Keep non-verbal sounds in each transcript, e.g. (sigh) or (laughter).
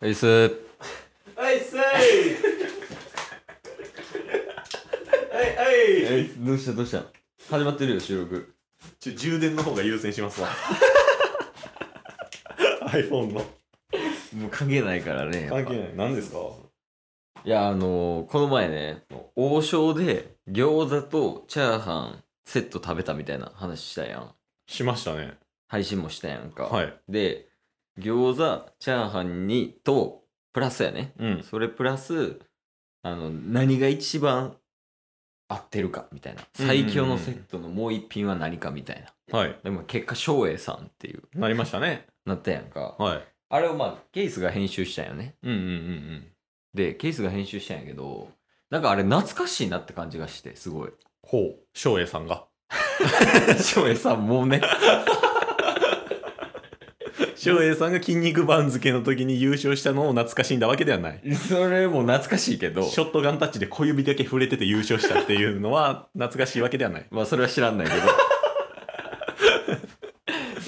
ういっすはい、 (laughs) せい。はい、はい。えどうしたどうした始まってるよ収録ちょ、充電の方が優先しますわ。iPhone の。もう関係ないからねやっぱ関係ない。何ですかいやあのーこの前ね王将で餃子とチャーハンセット食べたみたいな話したやんしましたね。配信もしたやんか、はい。で餃子チャーハンにとプラスやねうん。それプラスあの何が一番合ってるかみたいな最強のセットのもう一品は何かみたいな、はい。でも結果照英さんっていうなりましたね。なったやんかはあれをまあケイスが編集したんよねい。うんうんうん。でケイスが編集したんやけどなんかあれ懐かしいなって感じがしてすごいほう。翔英さんが。照英さんもうね翔英さんが筋肉番付の時に優勝したのを懐かしんだわけではない。それも懐かしいけどショットガンタッチで小指だけ触れてて優勝したっていうのは懐かしいわけではない。まあそれは知らんないけど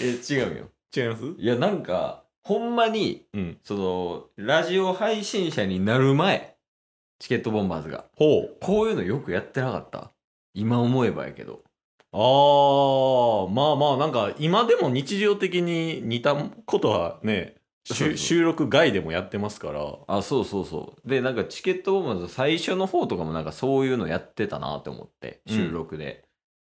え違うよ違いますいやなんかほんまにうん。そのラジオ配信者になる前チケットボンバーズがほう。こういうのよくやってなかった今思えばやけどああ、まあまあ、なんか今でも日常的に似たことはね、そうそ収う収録外でもやってますから。あそうそうそうでなんかチケットボンバーズ最初の方とかもなんかそういうのやってたなって思ってうん収録で、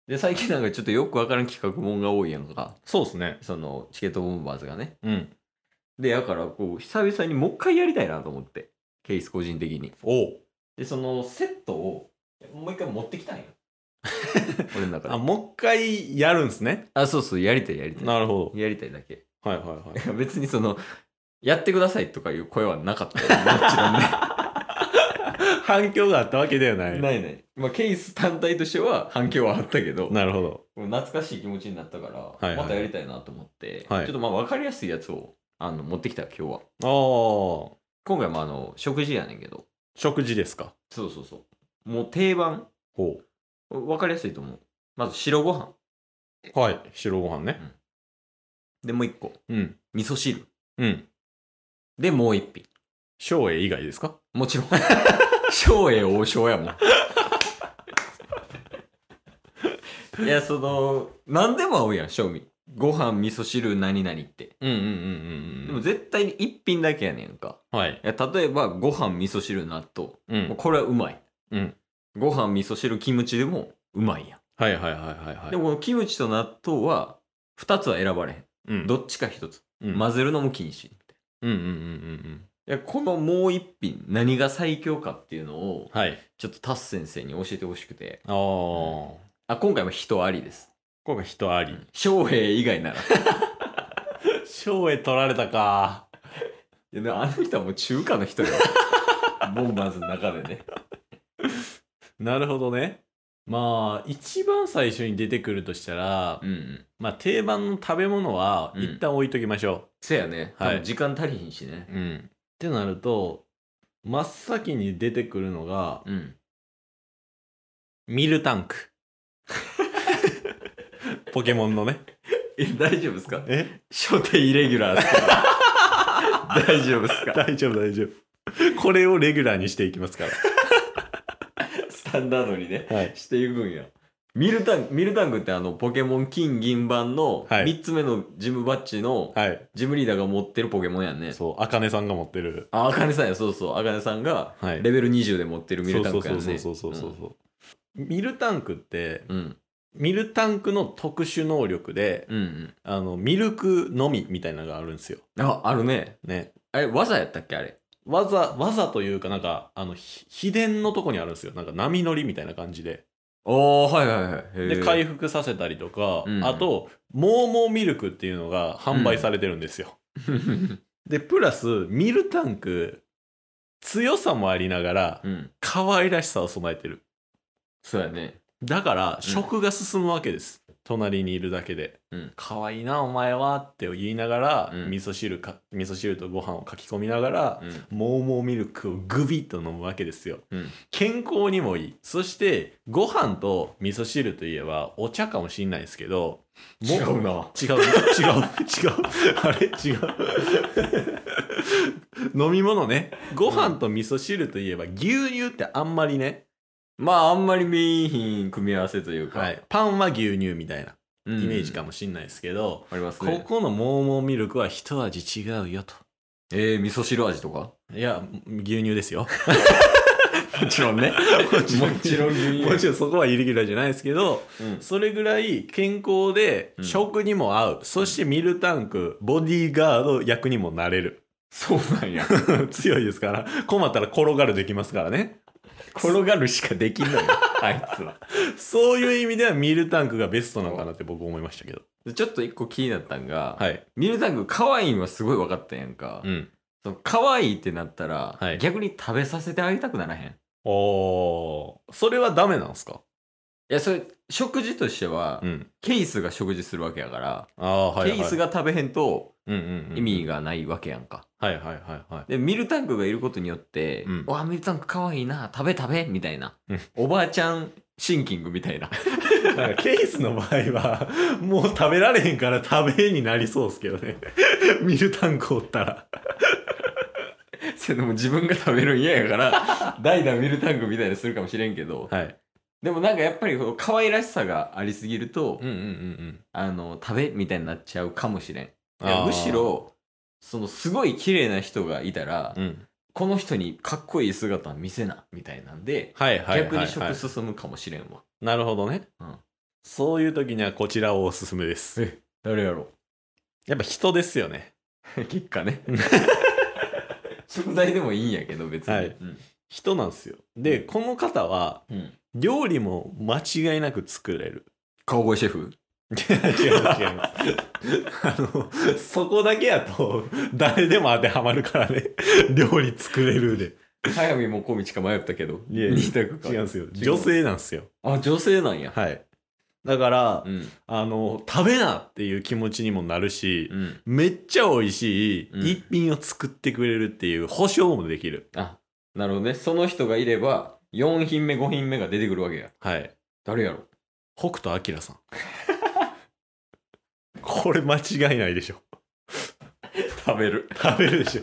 で最近なんかちょっとよくわからん企画もんが多いやんかそうですね。そのチケットボンバーズがねうん。でやからこう久々にもう一回やりたいなと思ってケース個人的におうでそのセットをもう一回持ってき (laughs) たんよ俺の中であ、もう一回やるんですね。あそうそうやりたいやりたいなるほやりたいだけ (laughs) ど。はいはいはい。 (laughs) 別にそのやってくださいとかいう声はなかったよもちろんね (laughs) 反響があったわけでは (laughs) ない。ないない、まあ、ケース単体としては反響はあったけどなるほど。懐かしい気持ちになったから、いはいまたやりたいなと思って、はいちょっとまあ分かりやすいやつをあの持ってきた今日はああ、今回もあの食事やねんけど食事ですか。そうそうそうもう定番ほ分かりやすいと思うまず白ご飯う。はい。白ご飯ね。でもう一個うん。味噌汁うん。でもう一品翔英以外ですかも (laughs) ちろん昭栄王将やもんいやその何でも合うやん正味ご飯味噌汁何々ってうんうんうんでも絶対に一品だけやねんかはい。いや例えばご飯味噌汁納豆う。もうんこれはうまい、うんご飯味噌汁キムチでもうまいやん、はいはいはいはいはい。でもこのキムチと納豆は2つは選ばれへん、うん、どっちか1つうん、混ぜるのも禁止いうんうんうんうんやこのもう一品何が最強かっていうのをうん。はい。ちょっとタス先生に教えてほしくてああ、こあ今回も人ありですこが人あり。翔平以外 (laughs) ならい翔へ取られたか。やでもあの人はもう中華の人よ (laughs) ボンバーズの中でねなるほどね。まあ、一番最初に出てくるとしたら、うんうんまあ、定番の食べ物はうん一旦置いときましょせやね、は多い分時間足りひんしねう。うん。ってなると、真っ先に出てくるのが、うんミルタンク。 (laughs) ポケモンのね。え大丈夫ですか (laughs) え初手イレギュラーっすか (laughs) 大丈夫ですか大丈夫大丈夫。これをレギュラーにしていきますかスタンダードにねら。はい。していくんやミルタンミルタンクってあのポケモン金銀版のはい3つ目のジムバッジのはい。ジムリーダーが持ってるポケモンやんね、そう、あかねさんが持ってる。ああかねさんやそうそうあかねさんがはいレベル20で持ってるミルタンクやんねそうそうそうそうそうそう、ミルタンクってうんうんミルタンクの特殊能力で、うんあのミルクのみみたいなのがあるんですようんああるねねあれ技やったっけあれ技技というかなんかあのひ秘伝のとこにあるんですよなんか波乗りみたいな感じでおーはいはいはいへーで回復させたりとか、うんあとモーモーミルクっていうのが販売されてるんですよ、でプラスミルタンク強さもありながらうん可愛らしさを備えてるそうやねだから食が進むわけです、隣にいるだけでうん「可愛いなお前は」って言いながら、うん味噌汁か味噌汁とご飯をかき込みながら、うんモーモーミルクをグビッと飲むわけですようん健康にもいいそしてご飯と味噌汁といえばお茶かもしんないですけども違うな違う違う (laughs) 違うあれ違う (laughs) 飲み物ねご飯と味噌汁といえば牛乳ってあんまりね、まああんまり見えひん組み合わせというか、はい、パンは牛乳みたいなイイメージかもしんないですけど、ありますこねこのモーモーミルクは一味違うよとえー、味噌汁味とかいや牛乳 (laughs) ですよもちろんね (laughs) もちろん牛もちろんそこはイレギュラーじゃないですけどうんそれぐらい健康でうん食にも合う、そしてミルタンクボディーガード役にもなれる (laughs) そうなんや強いですから困ったら転がるできますからね転がるしかできんのよあいつは (laughs) そういう意味ではミルタンクがベストなのかなって僕思いましたけどでちょっと一個気になったんが、はい、ミルタンク可愛いんはすごい分かったやんか、うん、その可愛いってなったら、はい逆に食べさせてあげたくならへんいおーそれはダメなんですかやそれ食事としては、んケイスが食事するわけやから、ああはい、はい、ケイスが食べへんとうんうんうん意味がないわけやんか、はいはいはいはいでミルタンクがいることによってう「んわあミルタンク可愛いな食べ食べ」みたいな、うんおばあちゃんシンキングみたいな (laughs) なんかケースの場合は (laughs) もう食べられへんから食べになりそうですけどね (laughs) ミルタンクおったらそれでも自分が食べるん嫌や (laughs) から代々ミルタンクみたいにするかもしれんけどはいでもなんかやっぱりこう可愛らしさがありすぎると、うんうんうんあの食べみたいになっちゃうかもしれんいあやーむしろそのすごい綺麗な人がいたら、うんうんこの人にかっこいい姿は見せなみたいなんで、はいはいはい、はい、逆に食進むかもしれんわなるほどね、うんそういう時にはこちらをおすすめですえ誰やろやっぱ人ですよねう (laughs) 結果ね食材でもいいんやけど別に、はいうん人なんですよでこの方はうん、料理も間違いなく作れる川越シェフ (laughs) 違う違う (laughs) あのそこだけやと誰でも当てはまるからね料理作れるで早見もこみちか迷ったけどいやいや二択か違うんですよう女性なんですよあ女性なんや、はいだから、うんあの食べなっていう気持ちにもなるしう、んめっちゃ美味しい、うん一品を作ってくれるっていう保証もできるあなるほどねその人がいれば4品目5品目が出てくるわけやはい誰やろう北斗晶 (laughs) さんこれ間違いないでしょ食べる食べるでしょ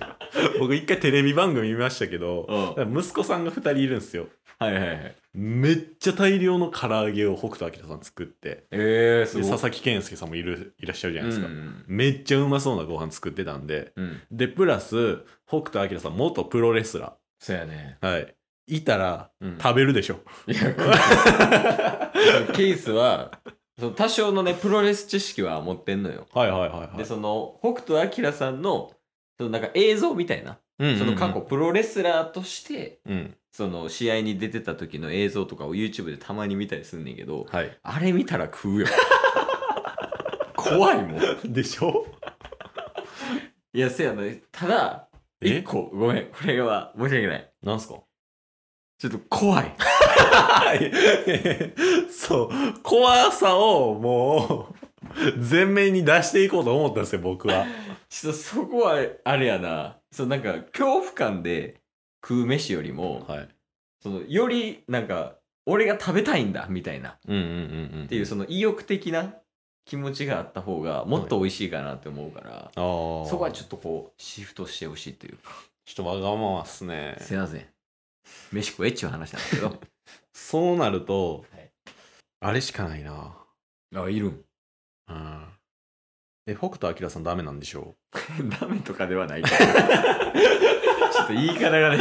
僕一回テレビ番組見ましたけどうん (laughs) はい息子さんが2人いるんですよはいはいめっちゃ大量の唐揚げを北斗晶さん作ってええですごい佐々木健介さんもいるいらっしゃるじゃないですか、うんめっちゃうまそうなご飯作ってたんでうんでプラス北斗晶さん元プロレスラそうやね、ーはいいたらうん食べるでしょ、いや (laughs) ケースはその多少のねプロレス知識は持ってんのよはいはいはいはいでその北斗晶さんのそのなんか映像みたいなうんうんうんその過去プロレスラーとしてうんその試合に出てた時の映像とかを YouTube でたまに見たりすんねんけどはいあれ見たら食 (laughs) うよ怖いもんでしょいやせやねただえ一個ごめんこれは申し訳ないなんすかちょっと怖い (laughs) そう怖さをもう全面に出していこうと思ったんですよ僕はちょっとそこはあれやな。そうなんか恐怖感で食う飯よりも、はいそのよりなんか俺が食べたいんだみたいなっうんうんうんうんってていいううそその意欲的な気持ちがあった方がもっと美味しいかなって思うから、のそそここははちちょょっとこうシフトしてほしいというか。ちょっとわがままっすねすいません。飯食えっちゅう話なんですけど。そうなると、はいあれしかないな (laughs) あ、いるん。うんえ北斗晶さんダメなんでしょ (laughs) ダメとかではないけど (laughs) ちょっと言い方 (laughs) がね。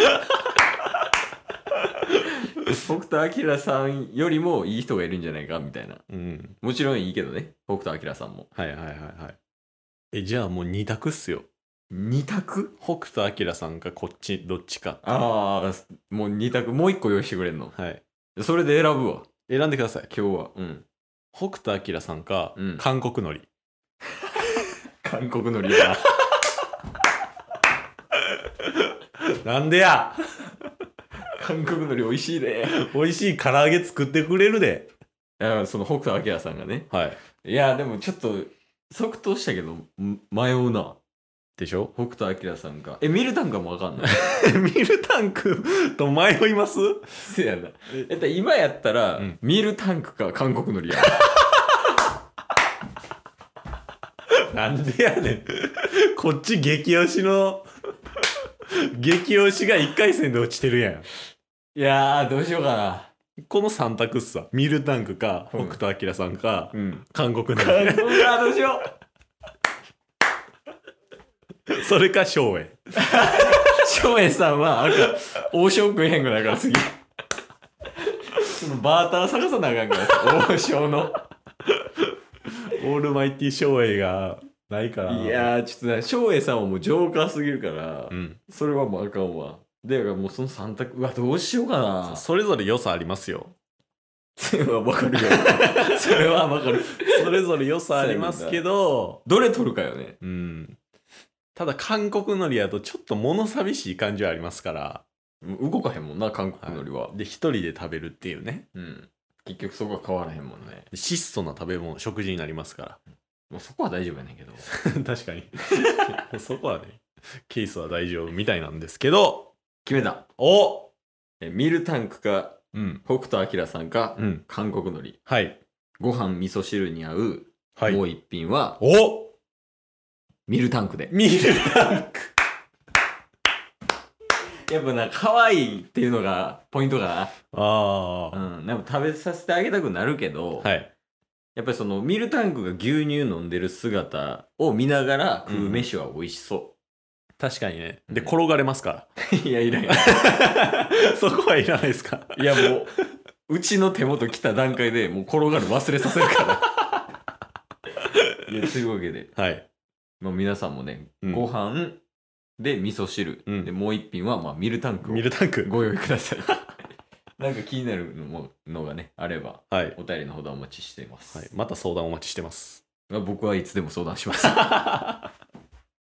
僕とアキラさんよりもいい人がいるんじゃないかみたいな。ううんもちろんいいけどね、僕とアキラさんも。はいはいはいはいえじゃあもう二択っすよ二択北斗晶さんかこっちどっちかああ、もう二択、もう一個用意してくれんの。はいそれで選ぶわ、選んでください今日は。うん。北斗晶さんか、うん韓国のり韓国のリーダ (laughs) ー。なんでや (laughs) 韓国のり美味しいね。美味しい唐揚げ作ってくれるでやその北斗晶さんがねはい。いやでもちょっと即答したけどん迷うなでしょ北斗晶さんがえ見るたんかもわかん (laughs) ない (laughs) ミルタンクと迷いますせやなえっと今やったら、うんミルタンクか韓国のリアなんでやねん。こっち激推しの、激推しが1回戦で落ちてるやん。いやーどうしようかなこの3択っすわ。ミルタンクか、う北ん斗晶さんか、うん韓国の、韓国はどうしようそれか松園。照英さんはあれか王将食えへんくなるから次そのバーター探さなあかんからさ王将のオールマイティ松園がないから。いやーちょっとね照英さんはもうジョーカーすぎるから、うん。それはもうあかんわでだからもうその3択うわどうしようか (laughs) なそれぞれ良さあります (laughs) よ。それはわかるよそれはわかるそれぞれ良さありますけど、どれ取るかよねうん。ただ韓国のりやとちょっと物寂しい感じはありますから、動かへんもんな韓国のりは、で、一人で食べるっていうね、うん結局そこは変わらへんもんね質素な食べ物、食事になりますから。もうそこは大丈夫やねんけど (laughs) 確かに (laughs) そこはねケースは大丈夫みたいなんですけど決めたおえミルタンクかうん北斗晶さんか、うん韓国のりはいご飯味噌汁に合う、はいもう一品はおミルタンクでミルタンクやっぱな可愛いっていうのがポイントかああなうんなんか食べさせてあげたくなるけど、はいやっぱりそのミルタンクが牛乳飲んでる姿を見ながら食う飯は美味しそ確かにねうんで転がれますかう、いやいらんいらんら (laughs) そこはいらないですか (laughs) いやもう、うちの手元来た段階でもう転がる忘れさせる (laughs) から。いや、というわけで、はいまあ、皆さんもね、うんご飯で味噌汁、うんでもう一品はまあミルタンクをミルタンクご用意ください。 (laughs) なんか気になるのものがね、あれば、はい、お便りのほどお待ちしています。はい、また相談お待ちしてますまあ、僕はいつでも相談します。